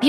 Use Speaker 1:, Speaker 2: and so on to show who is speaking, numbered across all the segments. Speaker 1: 美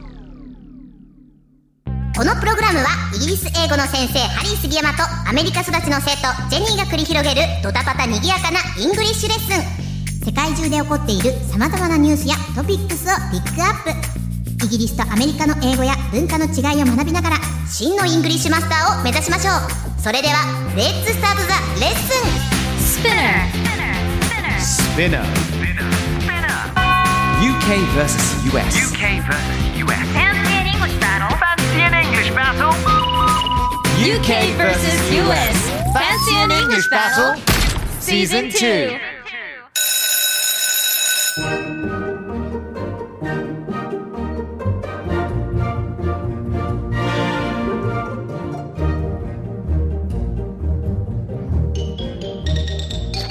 Speaker 2: このプログラムはイギリス英語の先生ハリー杉山とアメリカ育ちの生徒ジェニーが繰り広げるドタパタにぎやかなイングリッシュレッスン世界中で起こっている様々なニュースやトピックスをピックアップイギリスとアメリカの英語や文化の違いを学びながら真のイングリッシュマスターを目指しましょうそれではレッツスタートザレッスン
Speaker 3: Spinner. UK versus US.
Speaker 4: UK versus US. Fancy an English battle. Fancy an English battle.
Speaker 3: UK versus US. Fancy an English battle? Season 2.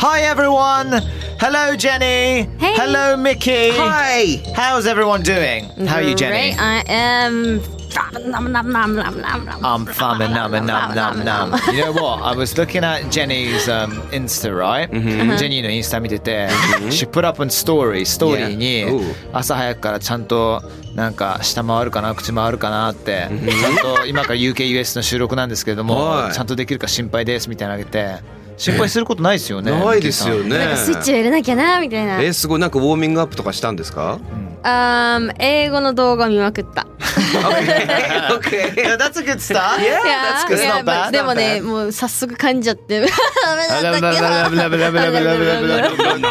Speaker 3: Hi everyone. Hello Jenny.
Speaker 5: Hey.
Speaker 3: Hello Mickey.
Speaker 6: Hi.
Speaker 3: How's everyone doing? How are you Jenny?
Speaker 5: Great, I am. Nom, nom, nom, nom, nom, nom.
Speaker 3: Um, fama num num num num. You know what? I was looking at Jenny's um, Insta, right? Jenny のインスタ見てて、she put up on story、ストー
Speaker 6: Yeah.
Speaker 3: リーに
Speaker 6: Ooh.
Speaker 3: 朝早くからちゃんとなんか下回るかな、口回るかなって、ちゃんと今から UKUS の収録なんですけれども
Speaker 6: は、い
Speaker 3: ちゃんとできるか心配ですみたいなのあげて、心配することないですよね。
Speaker 6: ないですよね。
Speaker 5: スイッチを入れなきゃなみたいな。
Speaker 6: えーすごいなんかウォーミングアップとかしたんです か
Speaker 5: あー英語の動画見まくった。
Speaker 3: ミキさん。Yeah, That's a good start. Yeah,
Speaker 5: いや
Speaker 3: that's good. It's not
Speaker 5: ー
Speaker 3: bad.
Speaker 5: でもね、もう早速噛んじゃって。ダメだったけど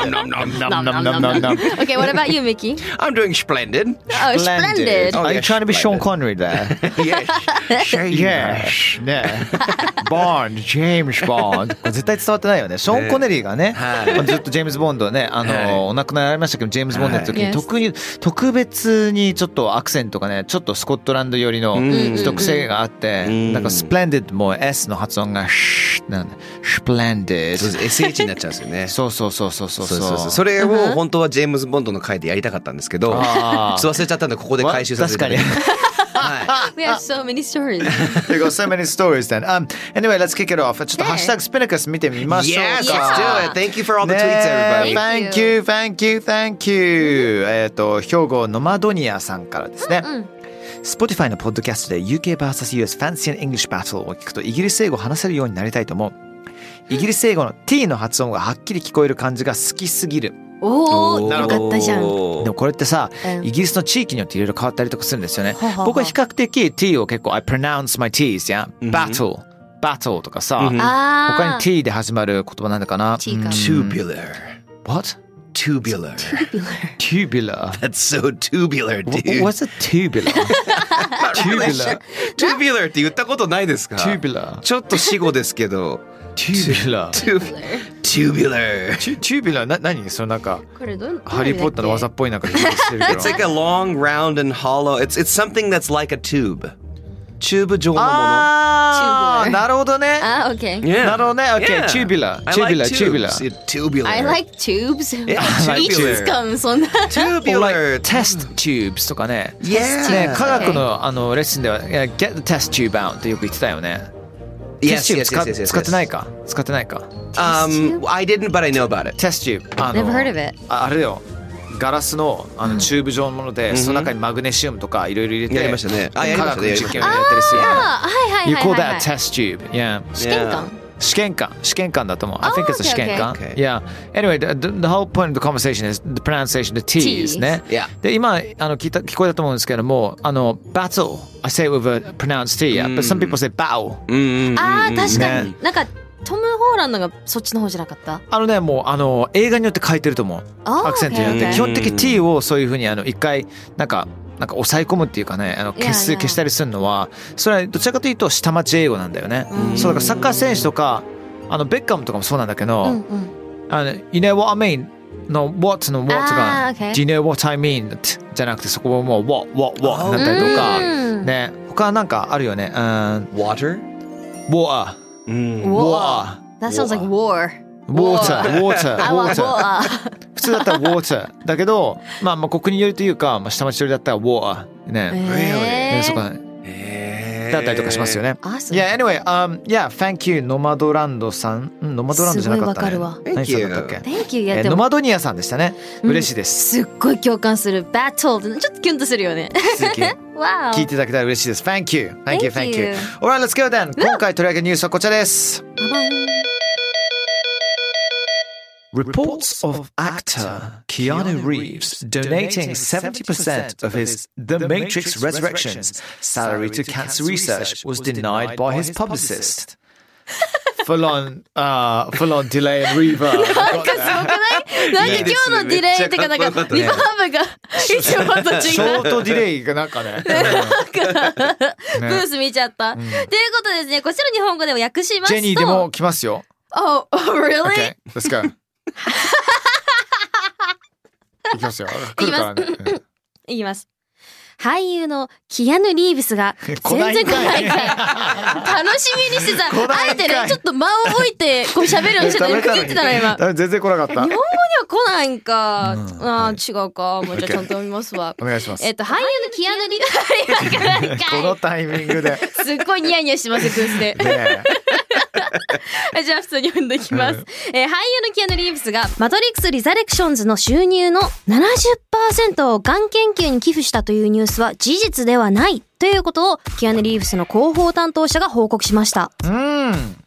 Speaker 3: Nom, nom, nom, nom, nom.
Speaker 5: Okay, what about you, Mickey?
Speaker 6: I'm doing splendid.
Speaker 5: Oh, splendid.
Speaker 6: Oh,
Speaker 3: Are you
Speaker 6: yes,
Speaker 3: trying to be Sean
Speaker 6: splendid.
Speaker 3: Connery there?
Speaker 6: Yes.
Speaker 3: Yes. ね Bond, James Bond これ絶対伝わってないよね。ショーン・コネリーがね、
Speaker 6: は
Speaker 3: ずっとジェームズ・ボンドをね、あの、
Speaker 6: はい
Speaker 3: お亡くなりになりましたけど、ジェームズ・ボンドの時
Speaker 5: は
Speaker 3: に
Speaker 5: い
Speaker 3: 特に、特別にちょっとアクセントがね、ちょっとスコットランド寄りの
Speaker 6: うん
Speaker 3: ちょっと癖があって、
Speaker 6: うん
Speaker 3: なんかスプレンデッドも S の発音がシュッなんだ。スプレンデ
Speaker 6: そう
Speaker 3: ッ
Speaker 6: です SH になっちゃうんですよね。
Speaker 3: ド。そうそうそうそうそう
Speaker 6: そうそうそうそれを本当はジェームズ・ボンドの回でやりたかったんですけど、ちょっ
Speaker 3: あー
Speaker 6: と忘れちゃったんでここで回収させていただきます。は
Speaker 5: We have so many stories.
Speaker 3: There got so many stories then. Um, anyway, let's kick it off. ちょっとハッシュタグスピナカス見てみま
Speaker 6: い。
Speaker 3: しょ
Speaker 6: Yes,
Speaker 3: う
Speaker 6: let's
Speaker 3: か。
Speaker 6: do it. Thank you for all the tweets,
Speaker 3: ねえ
Speaker 6: everybody.
Speaker 3: Thank you, thank you, thank you. えっと、兵庫ノマドニアさんからですね。Spotify のポッドキャストで UKVSUS Fancy and English Battle を聞くとイギリス英語を話せるようになりたいと思う。イギリス英語の T の発音がはっきり聞こえる感じが好きすぎる。
Speaker 5: おお、
Speaker 6: なる
Speaker 5: よか
Speaker 6: ほど
Speaker 5: ったじゃん。
Speaker 3: でもこれってさ、
Speaker 5: うん
Speaker 3: イギリスの地域によっていろいろ変わったりとかするんですよね
Speaker 5: ほうほうほ。う
Speaker 3: 僕は比較的 T を結構 I pronounce my T's や、
Speaker 6: うん
Speaker 3: Battle、Battle とかさ、
Speaker 6: うん
Speaker 5: あ
Speaker 3: 他に
Speaker 5: ー
Speaker 3: T で始まる言葉なんだかな。
Speaker 1: T か
Speaker 6: Tubular.
Speaker 3: What?
Speaker 6: Tubular.
Speaker 3: Tubular.
Speaker 6: That's so tubular,
Speaker 3: Wha-
Speaker 6: dude.
Speaker 3: What's a tubular? tubular.
Speaker 6: tubular って言ったことないですか
Speaker 3: Tubular.
Speaker 6: ちょっと死語ですけど。
Speaker 3: Tubular.
Speaker 6: tubular.
Speaker 3: Tu- Tubular な何そのなんか
Speaker 5: これどう
Speaker 3: ハリー・ポッターの技っぽいなんか出てきてるけ ど
Speaker 6: It's like a long, round, and hollow. It's it's something that's like a tube. チューブ状のも
Speaker 3: Ah,
Speaker 6: の。
Speaker 3: ああ
Speaker 5: Tubular
Speaker 3: なるほどね
Speaker 5: あー、Okay.
Speaker 3: なるほどね OK
Speaker 6: Yeah.
Speaker 3: tubular
Speaker 6: I like
Speaker 3: tubular tubular
Speaker 6: tubes. Yeah, Tubular.
Speaker 5: I like tubes.
Speaker 6: Yeah, tubular.
Speaker 5: いつ使うのそんな。
Speaker 3: Or
Speaker 6: tubular.
Speaker 3: like test tubes とかね
Speaker 6: Yeah.
Speaker 3: ね科学のあのレッスンでは yeah, Get the test tube out ってよく言ってたよね
Speaker 6: Yes,
Speaker 3: test tube
Speaker 6: yes,
Speaker 3: 使
Speaker 6: yes, yes, yes,
Speaker 3: 使ってない
Speaker 6: yes.
Speaker 3: か使ってないか
Speaker 6: Um, I didn't, but I know about it.
Speaker 3: test tube あの
Speaker 5: Never heard of it.
Speaker 3: ああれだよガラスのあのチューブ状のもので、その中にマグネシウムとかいろいろ入れて
Speaker 6: やりましたね
Speaker 3: 科
Speaker 6: あやりまし
Speaker 3: 学
Speaker 6: た
Speaker 3: の
Speaker 6: ね
Speaker 3: 実験をやったりする
Speaker 5: あーはい
Speaker 3: You
Speaker 5: はいは
Speaker 3: call
Speaker 5: いはいは
Speaker 3: that
Speaker 5: い。
Speaker 3: test tube yeah
Speaker 6: 試
Speaker 5: 験官
Speaker 3: 試験官試験官だと思う I
Speaker 5: Oh,
Speaker 3: think it's a
Speaker 5: okay,
Speaker 3: 試験官
Speaker 6: okay.
Speaker 3: yeah anyway the, the the whole point of the conversation is the pronunciation the T ですね
Speaker 6: Yeah.
Speaker 3: で今あの聞いた聞こえたと思うんですけどもあの battle I say it with a pronounced T yeah? but some people say battle
Speaker 6: うんうん。
Speaker 5: ああ確か
Speaker 3: ね
Speaker 5: に。なんかトム・ホーランドがそっちの方じゃなかった。
Speaker 3: あのねもうあの映画によって変えてると思う
Speaker 5: あー
Speaker 3: アクセントによっ
Speaker 5: OK
Speaker 3: て
Speaker 5: OK
Speaker 3: 基本的 T をそういうふうにあの一回なんかなんか抑え込むっていうかねあの
Speaker 5: いや
Speaker 3: 消す
Speaker 5: いや
Speaker 3: 消したりするのはそれはどちらかというと下町英語なんだよねそうだからサッカー選手とかあのベッカムとかもそうなんだけど、
Speaker 5: うんうん。
Speaker 3: あの You know what I mean? の What の What が
Speaker 5: あー OK
Speaker 3: Do you know what I mean? じじゃなくてそこももうわわわなったりとかね他なんかあるよねうーん
Speaker 6: Water?
Speaker 3: わ
Speaker 6: Mm.
Speaker 3: わ
Speaker 7: That sounds like war.
Speaker 3: ウォーター、ウォーター、
Speaker 7: I
Speaker 3: ウォー
Speaker 7: want
Speaker 3: ター。
Speaker 7: war.
Speaker 3: 普通だったらウォーター。だけど、まあ、まあ国によりというか、まあ、下町よりだったらウォーター。ね。ねそこだったりとかしますよね。
Speaker 7: Awesome.
Speaker 3: いや、anyway, um, yeah, thank you, ノマドランドさん。うんノマドランドじゃなかった、ね。
Speaker 7: すごいわか
Speaker 3: るわ何さんだったっけ
Speaker 7: Thank you. い
Speaker 3: え
Speaker 7: や
Speaker 3: ー
Speaker 7: で
Speaker 3: ノ
Speaker 7: も
Speaker 3: マドニアさんでしたね。嬉しいです。
Speaker 7: すっごい共感する。Battle ってちょっとキュンとするよね。
Speaker 3: 続き
Speaker 7: wow.
Speaker 3: 聞いていただけたら嬉しいです。Thank you, thank you, thank
Speaker 7: Thank
Speaker 3: you.
Speaker 7: you.
Speaker 3: Alright, let's go then. 今回取り上げるニュースはこちらです。Reports of actor Keanu Reeves donating 70% of his The Matrix Resurrections salary to cancer research was denied by his publicist. Full on, uh, full on delay and reverb.
Speaker 7: なんかすごくないなんで今日のディレイとかなんかリバーブがいつもと
Speaker 3: ショ
Speaker 7: 違う。
Speaker 3: ートディレイがなんかね。
Speaker 7: ブ
Speaker 3: ね
Speaker 7: ース見ちゃった。ということですね、こちら日本語でも訳します
Speaker 3: ジ
Speaker 7: と。
Speaker 3: ェニーでも来ますよ。
Speaker 7: Oh, really?
Speaker 3: Okay, let's go. いきますよ。来るからね。
Speaker 7: 言います。俳優のキアヌ・リーブ スが全
Speaker 3: 来ないんかい
Speaker 7: 然来 ないから楽しみにしてた
Speaker 3: 来
Speaker 7: あ
Speaker 3: ない
Speaker 7: え
Speaker 3: んかい
Speaker 7: てねちょっと間を置いてこう喋るよう にしてたよく言ってたな今
Speaker 3: ダメ全然来なかっ
Speaker 7: 日本語に
Speaker 3: た。
Speaker 7: は来ないんか、
Speaker 3: うん
Speaker 7: あ
Speaker 3: はい
Speaker 7: ー違うかもうじゃあちゃんと読みますわ
Speaker 3: お願いします
Speaker 7: えっ。と俳優のキアヌ・リ ーブス今から
Speaker 3: このタイミングで。
Speaker 7: すっごいニヤニヤしてますよグースで
Speaker 3: ね
Speaker 7: あ じゃあ普通に読んでいきます、えー俳優のキアヌ・リーブスが「マトリックス・リザレクションズ」の収入の70%をがん研究に寄付したというニュースは事実ではないということをキアヌ・リーブスの広報担当者が報告しました
Speaker 3: うん。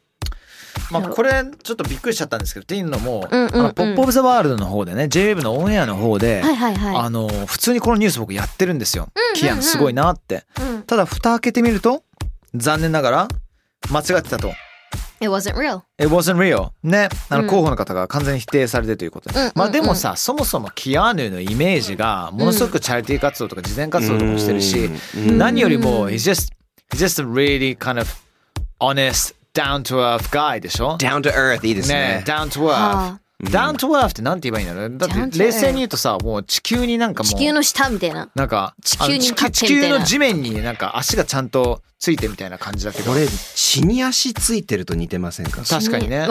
Speaker 3: まあこれちょっとびっくりしちゃったんですけどっていうのも、
Speaker 7: うんうんうん
Speaker 3: あのポップオブザワールドの方でね J-WAVE のオンエアの方で、
Speaker 7: はいはいは
Speaker 3: あの普通にこのニュース僕やってるんですよ、キアヌすごいなって、
Speaker 7: うん
Speaker 3: ただ蓋開けてみると残念ながら間違ってたと
Speaker 7: い It wasn't real
Speaker 3: It wasn't real ねあの
Speaker 7: うん
Speaker 3: 候補の方が完全に否定されてということで、
Speaker 7: うんうんうん
Speaker 3: まあでもさそもそもキアヌのイメージがものすごくチャリティー活動とか慈善活動とかもしてるし、何よりも he's just he's just a really kind of honest down to earth guy でしょ
Speaker 6: Down to earth, いいですね。
Speaker 3: ね down to
Speaker 7: は
Speaker 3: earth down to earth ってなんて言えばいいんだろうだっ
Speaker 7: Down
Speaker 3: て
Speaker 7: to
Speaker 3: 冷静に言うとさもう地球になんかもう
Speaker 7: 地球の下みたいな
Speaker 3: なんか
Speaker 7: 地
Speaker 3: あの
Speaker 7: 球に立って
Speaker 3: 地
Speaker 7: みた
Speaker 3: 球
Speaker 7: いな
Speaker 3: の地面になんか足がちゃんとついてみたいな感じだけど
Speaker 6: これ、血に足ついてると似てませんか
Speaker 3: 確かにね
Speaker 7: 意
Speaker 6: 味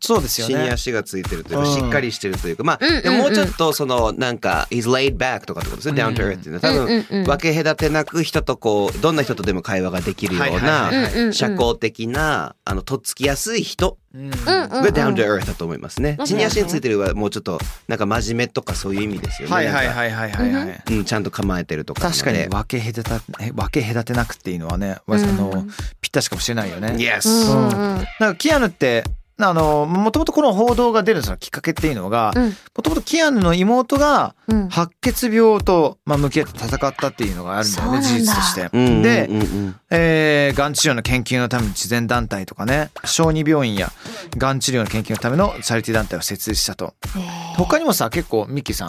Speaker 3: そうですよ
Speaker 6: 血に
Speaker 3: ね
Speaker 6: 足がついてるという
Speaker 3: う
Speaker 6: か、
Speaker 3: ん
Speaker 6: しっかりしてるというか、まあ、
Speaker 7: うんうんうん
Speaker 6: でももうちょっとその、なんか、he's laid back とかってことですね、down to earth っていうのは。多
Speaker 7: うんうんう
Speaker 6: 分、
Speaker 7: ん
Speaker 6: 分け隔てなく人とこう、どんな人とでも会話ができるよ
Speaker 3: は
Speaker 6: う
Speaker 3: いは、
Speaker 6: ない
Speaker 7: うんうんうん
Speaker 6: 社交的な、あの、とっつきやすい人
Speaker 3: うん
Speaker 7: うんうん、う
Speaker 6: が
Speaker 7: ん、
Speaker 6: down to earth だと思いますね。
Speaker 7: うん
Speaker 6: 血に足についてるはもうちょっと、なんか真面目とかそういう意味ですよね。
Speaker 3: はいはい
Speaker 6: なんか
Speaker 3: はいはいはいはい
Speaker 6: うん、ちゃんと構えてるとかなので。
Speaker 3: 確かに分け隔てえ分け隔てなくっていうのはね、あのぴったしかもしれないよね。
Speaker 6: Yes!
Speaker 3: うんなんかキアヌってあのもともとこの報道が出るそのきっかけっていうのが
Speaker 7: うん
Speaker 3: もともとキアヌの妹が
Speaker 7: うん
Speaker 3: 白血病と、まあ、向き合って戦ったっていうのがあるんだよね
Speaker 7: そう
Speaker 3: 事
Speaker 7: なんだ
Speaker 3: 実として。
Speaker 6: うん
Speaker 3: で
Speaker 6: うん、うん
Speaker 3: えーがん治療の研究のための慈善団体とかね小児病院やがん治療の研究のためのチャリティー団体を設立したと他にもさ結構ミッキーさ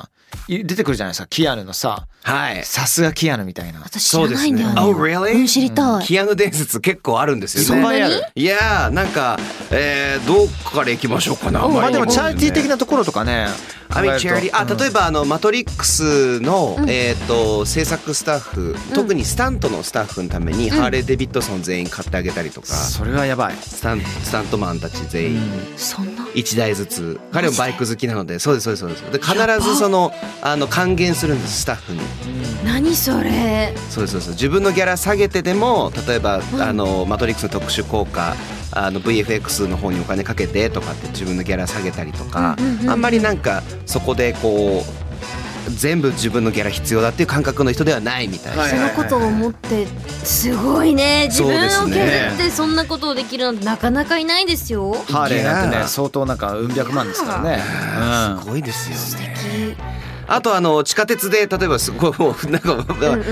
Speaker 3: んい出てくるじゃないですかキアヌのさ
Speaker 6: はい。
Speaker 3: さすがキアヌみたいな
Speaker 7: 私知らないんだよね
Speaker 6: そう Oh,
Speaker 7: う
Speaker 6: really?
Speaker 7: ん知りたい
Speaker 6: キアヌ伝説結構あるんです
Speaker 3: そ
Speaker 6: よ
Speaker 3: ん
Speaker 6: ね
Speaker 3: な。にある
Speaker 6: いやーなんか、えー、どっから行きましょうかな。
Speaker 3: まあでもチャリティー的なところとかね
Speaker 6: あ
Speaker 3: 考えると
Speaker 6: あ例えばあの「マトリックスの」えーと制作スタッフ、特にスタントのスタッフのためにハーレー・デビッドソン全員買ってあげたりとか、
Speaker 3: それはやばい
Speaker 6: スタンスタントマンたち全員
Speaker 7: そんな
Speaker 6: 1台ずつ彼もバイク好きなのでそうですそうですそうですで必ずそのあの還元するんですスタッフに
Speaker 7: 何それ
Speaker 6: そうですそうです自分のギャラ下げてでも例えば、あのマトリックスの特殊効果あの VFX の方にお金かけてとかって自分のギャラ下げたりとか、あんまりなんかそこでこう全部自分のギャラ必要だっていう感覚の人ではないみたいな、
Speaker 7: そのことを思ってすごいね自分
Speaker 6: そ
Speaker 7: を
Speaker 6: うです
Speaker 7: 削
Speaker 6: ね
Speaker 7: ってそんなことをできるなんてなかなかいないですよ。
Speaker 3: ハーレーなんて
Speaker 6: い
Speaker 3: ね
Speaker 6: やー
Speaker 3: 相当なんかうん百万ですからねうん
Speaker 6: すごいですよね。あとあの地下鉄で例えばすごい もうなんか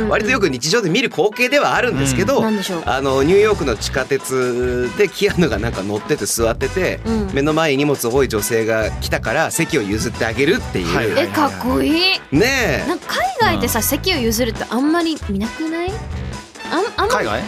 Speaker 6: 割とよく日常で見る光景ではあるんですけど、
Speaker 7: なんでしょう
Speaker 6: あのニューヨークの地下鉄でキアヌがなんか乗ってて座ってて、
Speaker 7: うん
Speaker 6: 目の前に荷物多い女性が来たから席を譲ってあげるっていう、
Speaker 3: はいはい
Speaker 7: えかっこいい。
Speaker 6: ね
Speaker 7: なんか海外でさ席を譲るってあんまり見なくない？あんあんま
Speaker 3: 海外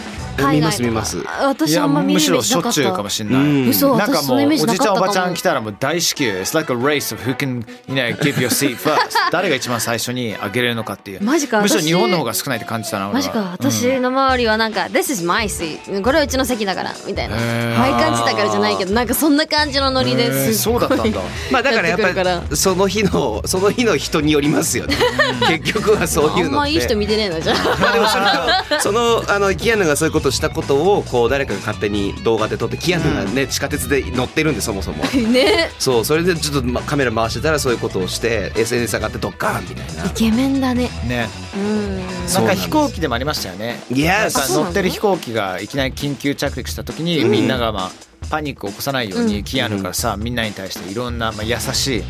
Speaker 6: 見
Speaker 7: 海外
Speaker 6: ます見ます
Speaker 7: あ私あんま見る
Speaker 3: む
Speaker 7: イ
Speaker 3: し
Speaker 7: メー
Speaker 3: ろ
Speaker 7: ジ
Speaker 3: しょ
Speaker 7: なか
Speaker 3: っ
Speaker 7: っ
Speaker 3: ちゅうか
Speaker 7: た
Speaker 3: もしれ
Speaker 6: う
Speaker 3: ない。
Speaker 6: ん
Speaker 7: 嘘
Speaker 3: なんか
Speaker 7: 私
Speaker 3: も
Speaker 7: その
Speaker 3: う
Speaker 7: イ
Speaker 3: お
Speaker 7: メー
Speaker 3: じ
Speaker 7: ジなか
Speaker 3: ちゃ
Speaker 7: った
Speaker 3: ん
Speaker 7: か
Speaker 3: お
Speaker 7: も
Speaker 3: ばちゃん来たらもう大至急 It's like a race of who can you know, give your seat first 誰が一番最初にあげれるのかっていう
Speaker 7: マジか
Speaker 3: むしろ
Speaker 7: 私
Speaker 3: 日本の方が少ないって感じたな俺は
Speaker 7: マジか私の周りはなんか「This is my seat」これはうちの席だからみたいな
Speaker 3: へー
Speaker 7: 毎感じだからじゃないけどなんかそんな感じのノリ
Speaker 3: へ
Speaker 7: で
Speaker 3: ー
Speaker 7: す
Speaker 3: そうだったんだ
Speaker 6: まあだからやっ
Speaker 7: やってくるか
Speaker 6: ぱりその日のその日の人によりますよね。結局はそう
Speaker 7: あ
Speaker 6: い
Speaker 7: ん
Speaker 6: うの
Speaker 7: ま
Speaker 6: っ
Speaker 7: いい人
Speaker 6: て。
Speaker 7: 見てねえなじゃあ
Speaker 6: まあでもそれをそのあのキアヌがそういうことをしたことをこう誰かが勝手に動画で撮ってキアヌがね地下鉄で乗ってるんでそもそ も。
Speaker 7: ね
Speaker 6: そうそれでちょっとまカメラ回してたらそういうことをして SNS 上がってドッカーンみたいな
Speaker 7: イ。ケメンだね
Speaker 3: ね
Speaker 7: うん
Speaker 3: な
Speaker 6: そうんな
Speaker 3: か
Speaker 6: んです
Speaker 3: 飛行機でもありましたよね
Speaker 6: いや
Speaker 3: なんか
Speaker 7: そうなの
Speaker 3: 乗ってる飛行機がいきなり緊急着陸した時に
Speaker 6: うん
Speaker 3: みんながまあパニックを起こさないよう
Speaker 7: う
Speaker 3: にキアヌからさみんなに対していろんなまあ優しい言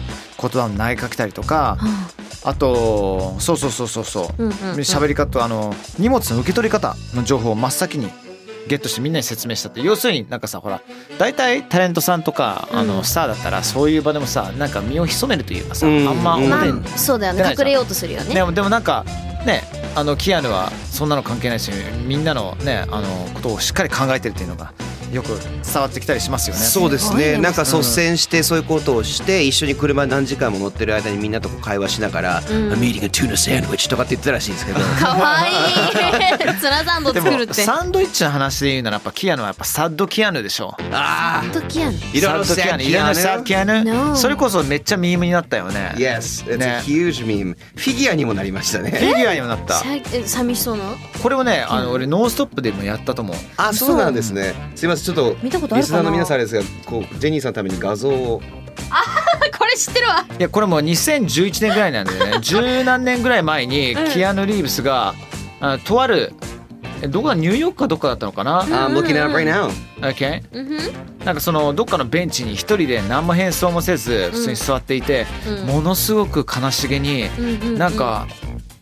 Speaker 3: 葉を投げかけたりとかあとそうそうそうそうそう
Speaker 7: うんうんうん
Speaker 3: 喋り方あの荷物の受け取り方の情報を真っ先にゲットしてみんなに説明したって要するになんかさほら大体タレントさんとかあ
Speaker 7: うん
Speaker 3: のスターだったらそういう場でもさなんか身を潜めるというかさあ
Speaker 6: うん
Speaker 3: んま表
Speaker 7: ま
Speaker 3: に
Speaker 7: あそうだよね
Speaker 3: 出ないじゃん
Speaker 7: 隠れようとするよね
Speaker 3: ね、でもなんかねあのキアヌはそんなの関係ないしみんなのねあのことをしっかり考えてるっていうのがよく伝わってきたりしますよね。
Speaker 6: そうですす
Speaker 7: ごいね
Speaker 6: ねなんか率先してそういうことをして一緒に車に何時間も乗ってる間にみんなとこう会話しながら「
Speaker 7: ん
Speaker 6: I'm eating a tuna sandwich」とかって言ってたらしいんですけど
Speaker 7: かわい いツナサンド
Speaker 3: で
Speaker 7: 作るっ
Speaker 3: も
Speaker 7: て
Speaker 3: サンドイッチの話で言うならやっぱキアヌはやっぱサッドキアヌでしょ。
Speaker 6: ああ
Speaker 7: 時やん
Speaker 6: いろいろ
Speaker 3: サッドキアヌいろいろサッドキアヌ、
Speaker 7: No
Speaker 3: それこそめっちゃミームになったよね。
Speaker 6: Yes, it's
Speaker 3: ね
Speaker 6: a huge meme. フィギュアにもなりました
Speaker 3: フ
Speaker 6: ね。
Speaker 3: ィギュアにもなった。
Speaker 7: 寂しそうな
Speaker 3: これをねあの俺ノンストップでもやったと思う。
Speaker 6: あ、そうなんですね。すみません、ちょっと
Speaker 7: 見たことあ
Speaker 6: リ
Speaker 7: る
Speaker 6: ス
Speaker 7: かな
Speaker 6: ナーの皆さんあれですが、こうジェニーさんのために画像を。
Speaker 7: これ知ってるわ
Speaker 3: いやこれもう2011年ぐらいなんだ よね十何年ぐらい前にキアヌ・リーブスが、あとあるえどこだニューヨークかどっかだったのかな、
Speaker 6: I'm looking at it right now.
Speaker 3: OK なんかそのどっかのベンチに一人で何も変装もせず普通に座っていて、ものすごく悲しげに、なんか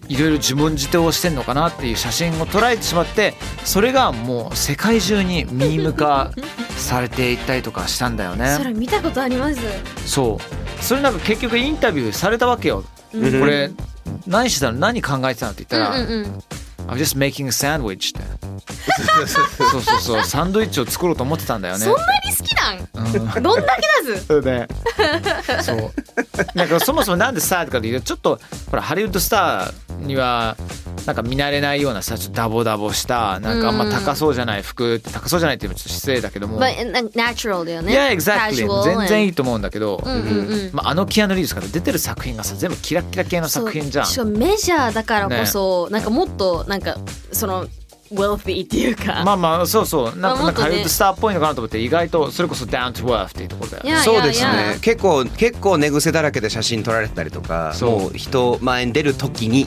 Speaker 3: いろいろ自問自答をしてんのかなっていう写真を捉えてしまってそれがもう世界中にミーム化されていったりとかしたんだよね。
Speaker 7: それ見たことあります
Speaker 3: そうそれなんか結局インタビューされたわけよ、これ何してたの何考えてたのって言ったら「I'm just making a sandwich」って そうそうそうサンドイッチを作ろうと思ってたんだよね
Speaker 7: そんなに好きなん
Speaker 3: うん
Speaker 7: どんだけだず
Speaker 3: そうねそうなんかそもそもなんでさとかで言うとちょっとほらハリウッドスターにはなんか見慣れないようなさちょっとダボダボしたなんかあんま高そうじゃない服高そうじゃないっていうのもちょっと失礼だけども、
Speaker 7: まあ、なナチュラルだよね。
Speaker 3: いや exactly 全然い
Speaker 7: い。
Speaker 3: いと思うんだけど、
Speaker 7: うんうんうん。
Speaker 3: まあ、あのキアヌ・リーブスから出てる作品がさ全部キラッキラ系の作品じゃん
Speaker 7: そうしかもメジャーだからこそ、なんかもっとなんかその wealthy っていうか。
Speaker 3: まあまあそうそうなん
Speaker 7: まあ
Speaker 3: か
Speaker 7: も
Speaker 3: な
Speaker 7: っ
Speaker 3: ん
Speaker 7: と
Speaker 3: か
Speaker 7: ね
Speaker 3: ハリウッドスターっぽいのかなと思って意外とそれこそダウン・トゥ・ワーフっていうところだよ
Speaker 7: いや
Speaker 6: そうです
Speaker 7: いやい
Speaker 6: ね
Speaker 7: や。
Speaker 6: 結構結構寝癖だらけで写真撮られてたりとか、
Speaker 3: そう
Speaker 6: もう人前に出る時に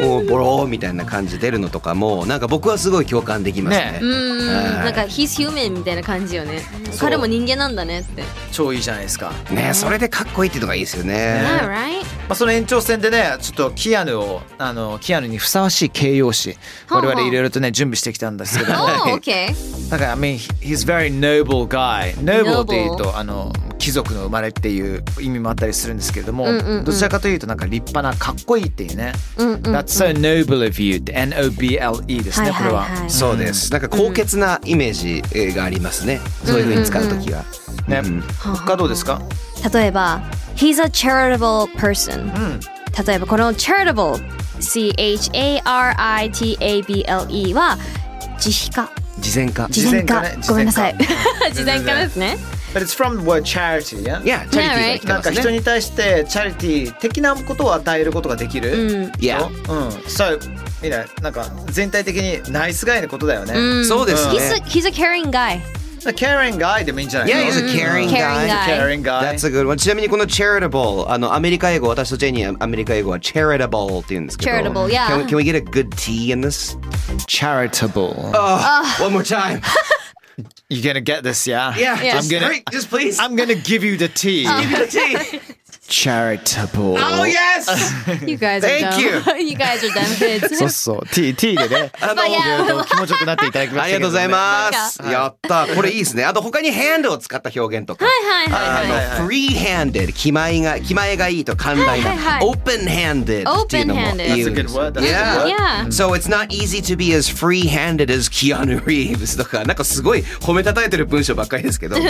Speaker 6: もうボローみたいな感じ出るのとかもなんか僕はすごい共感できますね
Speaker 3: ね。
Speaker 7: うん、
Speaker 6: はい
Speaker 7: なんか he's human みたいな感じよね。彼も人間なんだねって。
Speaker 3: 超いいじゃないですか、ま
Speaker 6: ね、それでかっこいいっていうのがいいですよね。
Speaker 7: Alright。
Speaker 3: あ、その延長戦でねちょっとキアヌをあのキアヌにふさわしい形容詞
Speaker 7: ほう
Speaker 3: 我
Speaker 7: ほう
Speaker 3: 々いろいろとね準備してきたんですけども
Speaker 7: お OK。
Speaker 3: なんか I mean he's very noble guy
Speaker 7: Noble
Speaker 3: noble っていうとあの貴族の生まれっていう意味もあったりするんですけれども、
Speaker 7: うんうんうん
Speaker 3: どちらかというとなんか立派なかっこいいっていうね、
Speaker 7: うんうんうん
Speaker 3: That's so noble of you って N-O-B-L-E ですね、
Speaker 7: はいはいはい
Speaker 3: これは。
Speaker 6: そうです。なんか高潔なイメージえーがありますね。そういう風に使うときは。
Speaker 3: ね、
Speaker 6: うん
Speaker 3: 他どうですか
Speaker 7: 例えば he's a charitable person。例えばこの charitable C H A R I T A B L E は慈悲家。
Speaker 6: 慈善家。
Speaker 7: 慈善家
Speaker 3: 慈善家ね慈善家
Speaker 7: ごめんなさい慈
Speaker 3: 慈
Speaker 7: 善
Speaker 3: 善
Speaker 7: 家
Speaker 3: 家
Speaker 7: ですね
Speaker 3: But it's from the word charity, yeah?
Speaker 6: いや、チャリティーが来て
Speaker 3: な
Speaker 6: ま
Speaker 3: んか
Speaker 6: すね
Speaker 3: 人。に対してチャリティー的なことを与えることができる。
Speaker 7: うん
Speaker 6: いや、
Speaker 3: うん。そう、みんな、なんか全体的にナイスガイのことだよね。
Speaker 7: うん
Speaker 6: そうですね
Speaker 7: he's a, he's a caring guy
Speaker 3: キャリンガイでもいいんじゃない
Speaker 6: Yeah, he's a caring
Speaker 7: caring guy
Speaker 6: guy.
Speaker 3: キャリンガイ
Speaker 6: That's。a good one. ちなみにこの charitable、あのアメリカ英語、私とジェニーアメリカ英語は charitable って言うんですけど。
Speaker 7: Charitable, yeah.
Speaker 6: Can we, can we get a good tea in this?
Speaker 3: Charitable.
Speaker 6: One more time.
Speaker 3: You're gonna get this, yeah?
Speaker 6: Yeah,
Speaker 3: I'm
Speaker 6: just
Speaker 3: gonna-
Speaker 6: drink, just please.
Speaker 3: I'm gonna give you the tea.
Speaker 6: Give me the tea.
Speaker 3: charitable.
Speaker 6: Oh yes!
Speaker 7: You guys are dumb.
Speaker 6: Thank
Speaker 7: you guys are dumb kids.
Speaker 3: そう そう、T, T で ね、
Speaker 6: あの
Speaker 7: まあいや
Speaker 3: いろいろと気持ちよくなっていただきまし た
Speaker 6: ありがとうござい
Speaker 3: す。
Speaker 6: ます。やった。これいいですね。あと他にヘンドを使った表現とか。はい
Speaker 7: はい
Speaker 6: はいはい。あの、フリーヘンデル、気前が、気前がいいと寛大な
Speaker 7: はいはいは。い
Speaker 6: オープンヘンデルっていうのも
Speaker 7: Open-handed
Speaker 6: 言うん
Speaker 3: That's a
Speaker 6: で
Speaker 3: good
Speaker 6: す
Speaker 3: word. That's a
Speaker 6: Yeah.
Speaker 3: good word.
Speaker 7: Yeah.
Speaker 6: So it's not easy to be as free-handed as Keanu Reeves とか、なんかすごい褒めたたえてる文章ばっかりですけど。あ と、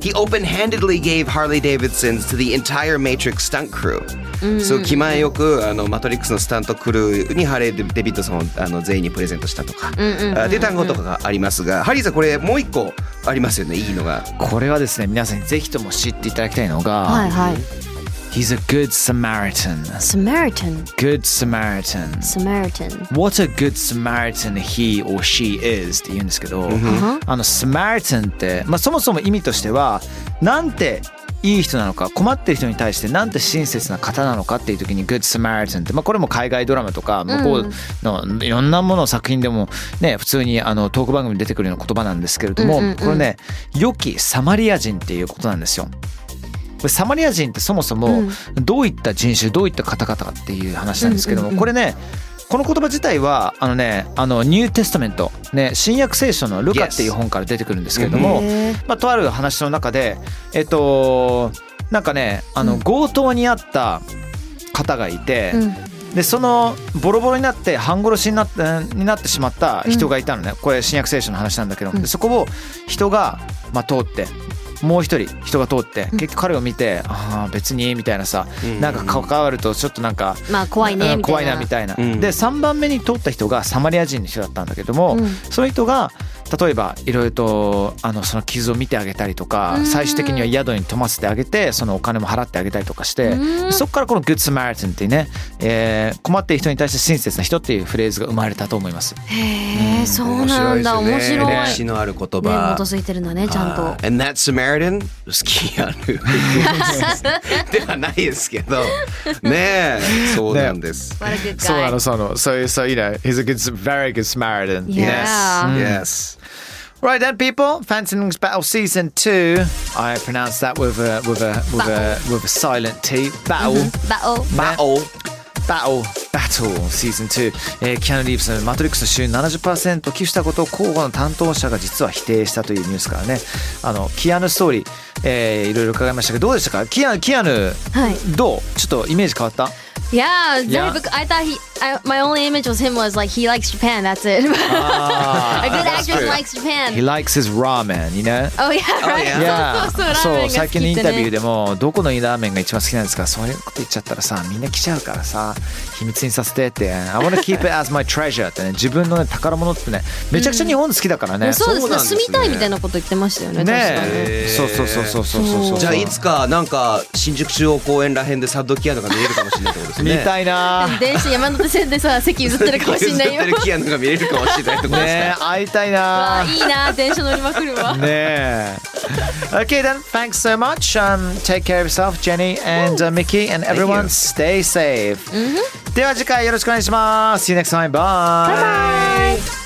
Speaker 6: he open-handedly gave Harley Davidson's to the entire Matrix stunt crew. そう、気前よく、あの、マトリックスのスタントクルーにハレー・デビッドソンをあの全員にプレゼントしたとか。あで単語とかがありますが、ハリーさんこれもう一個ありますよね。いいのが。
Speaker 3: これはですね、皆さんにぜひとも知っていただきたいのが、はいはい。He's a good Samaritan.
Speaker 7: Samaritan.
Speaker 3: Good Samaritan.
Speaker 7: Samaritan.
Speaker 3: What a good Samaritan he or she is って言うんですけど、あの Samaritan って、まあ、そもそも意味としてはなんていい人なのか困ってる人に対してなんて親切な方なのかっていう時に Good Samaritan って、まあ、これも海外ドラマとか向こうのいろんなものの作品でも、ね、普通にあのトーク番組に出てくるような言葉なんですけれども、これね良きサマリア人っていうことなんですよ。これサマリア人ってそもそもどういった人種どういった方々かっていう話なんですけどもこれねこの言葉自体はあのねあのニューテストメント、ね、新約聖書の「ルカ」っていう本から出てくるんですけれども、まあ、とある話の中でえっとなんかねあの強盗にあった方がいて、でそのボロボロになって半殺しになってになってしまった人がいたのね、これ新約聖書の話なんだけど、でそこを人が、まあ、通ってもう一人人が通って結局彼を見て「ああ別に」みたいなさ、なんか関わるとちょっとなんか。
Speaker 7: まあ怖いね
Speaker 3: うん
Speaker 7: みたいな。
Speaker 3: 怖いなみたいな、
Speaker 6: うん
Speaker 3: で3番目に通った人がサマリア人の人だったんだけども、
Speaker 7: うん
Speaker 3: その人が例えばいろいろとあのその傷を見てあげたりとか、
Speaker 7: うん
Speaker 3: 最終的には宿に泊ませてあげてそのお金も払ってあげたりとかして、
Speaker 7: うん
Speaker 3: そこからこの「Good Samaritan」っていうね、えー困っている人に対して親切な人っていうフレーズが生まれたと思います。
Speaker 7: へえ、そうなんだ。面白
Speaker 6: 歴
Speaker 7: い。ね、
Speaker 6: 史
Speaker 7: 基
Speaker 6: のある言葉。
Speaker 7: づいてるんだね、ちゃん
Speaker 6: あ
Speaker 7: と。
Speaker 6: ー And that Samaritan was Keanu Reeves ではないですけどねえそうなんです、
Speaker 7: What a good
Speaker 3: そうな
Speaker 7: guy.
Speaker 3: のそうなの。So, so you know, he's a good, very good Samaritan.
Speaker 7: Yeah.
Speaker 6: Yes
Speaker 3: Right then, people. Fancy Nings Battle Season Two. I pronounce that with a with a with a with a silent T. Battle.
Speaker 7: Battle.
Speaker 6: バオ
Speaker 3: Battle Battle Season 2、えー、キアヌ・リーブスの「マトリックス」週70%寄付したことを交互の担当者が実は否定したというニュースからねあのキアヌストーリー、えーいろいろ伺いましたけどどうでしたかキアキアヌ、
Speaker 7: はい
Speaker 3: どうちょっとイメージ変わった
Speaker 7: Yeah,
Speaker 3: Yeah.
Speaker 7: Zayvik- I thought he. I, my only image was him was like he likes Japan. That's it. a good actress likes Japan.
Speaker 3: He likes his ramen, you know?
Speaker 7: oh yeah, right.
Speaker 6: yeah.
Speaker 3: いや
Speaker 7: そうそうそうラーメンが好き
Speaker 3: 最
Speaker 7: ってね
Speaker 3: 近のインタビューでもどこのラーメンが一番好きなんですかそういうこと言っちゃったらさみんな来ちゃうからさ秘密にさせてって「I wanna keep it as my treasure」ってね自分のね宝物ってねめちゃくちゃ日本好きだからね、
Speaker 7: そうです
Speaker 6: そうなんです
Speaker 7: ね。住
Speaker 6: ね
Speaker 7: みたいみたいなこと言ってましたよね。
Speaker 3: ね
Speaker 7: 確かに。
Speaker 3: えそうそうそうそうそうそうそう
Speaker 6: じゃあいつかなんか新宿中央公園らへんでサッドキアヌが見えるかもしれないってことです
Speaker 3: 見
Speaker 6: ね
Speaker 3: たいな
Speaker 7: 電車山手線でさ席譲ってるかもしんな
Speaker 6: 譲
Speaker 7: い よ
Speaker 6: って。るキアヌが見れるかもしれないってことですね
Speaker 3: ねえ会いたいな
Speaker 7: あーいいな電車乗りまくるわ。
Speaker 3: ねえ Okay then, thanks so much. Um, take care of yourself, Jenny and uh, Mickey, and everyone
Speaker 6: you.
Speaker 3: stay safe. では次回よろしくお願いします。See you next time. Bye.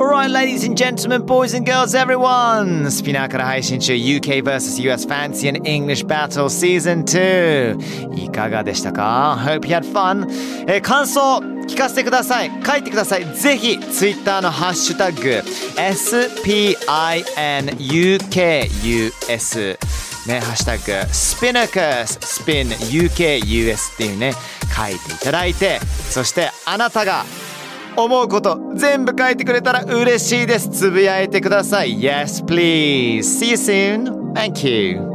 Speaker 3: Alright, ladies and gentlemen, boys and girls, everyone! スピナーから配信中 UK vs.US Fancy and English Battle Season 2! いかがでしたか ?Hope you had fun! えー感想聞かせてください書いてくださいぜひ Twitter のハッシュタグ SPINUKUS ね、ハッシュタグスピナカススピン UKUS っていうね書いていただいてそしてあなたが思うこと全部書いてくれたら嬉しいですつぶやいてください Yes please See you soon Thank you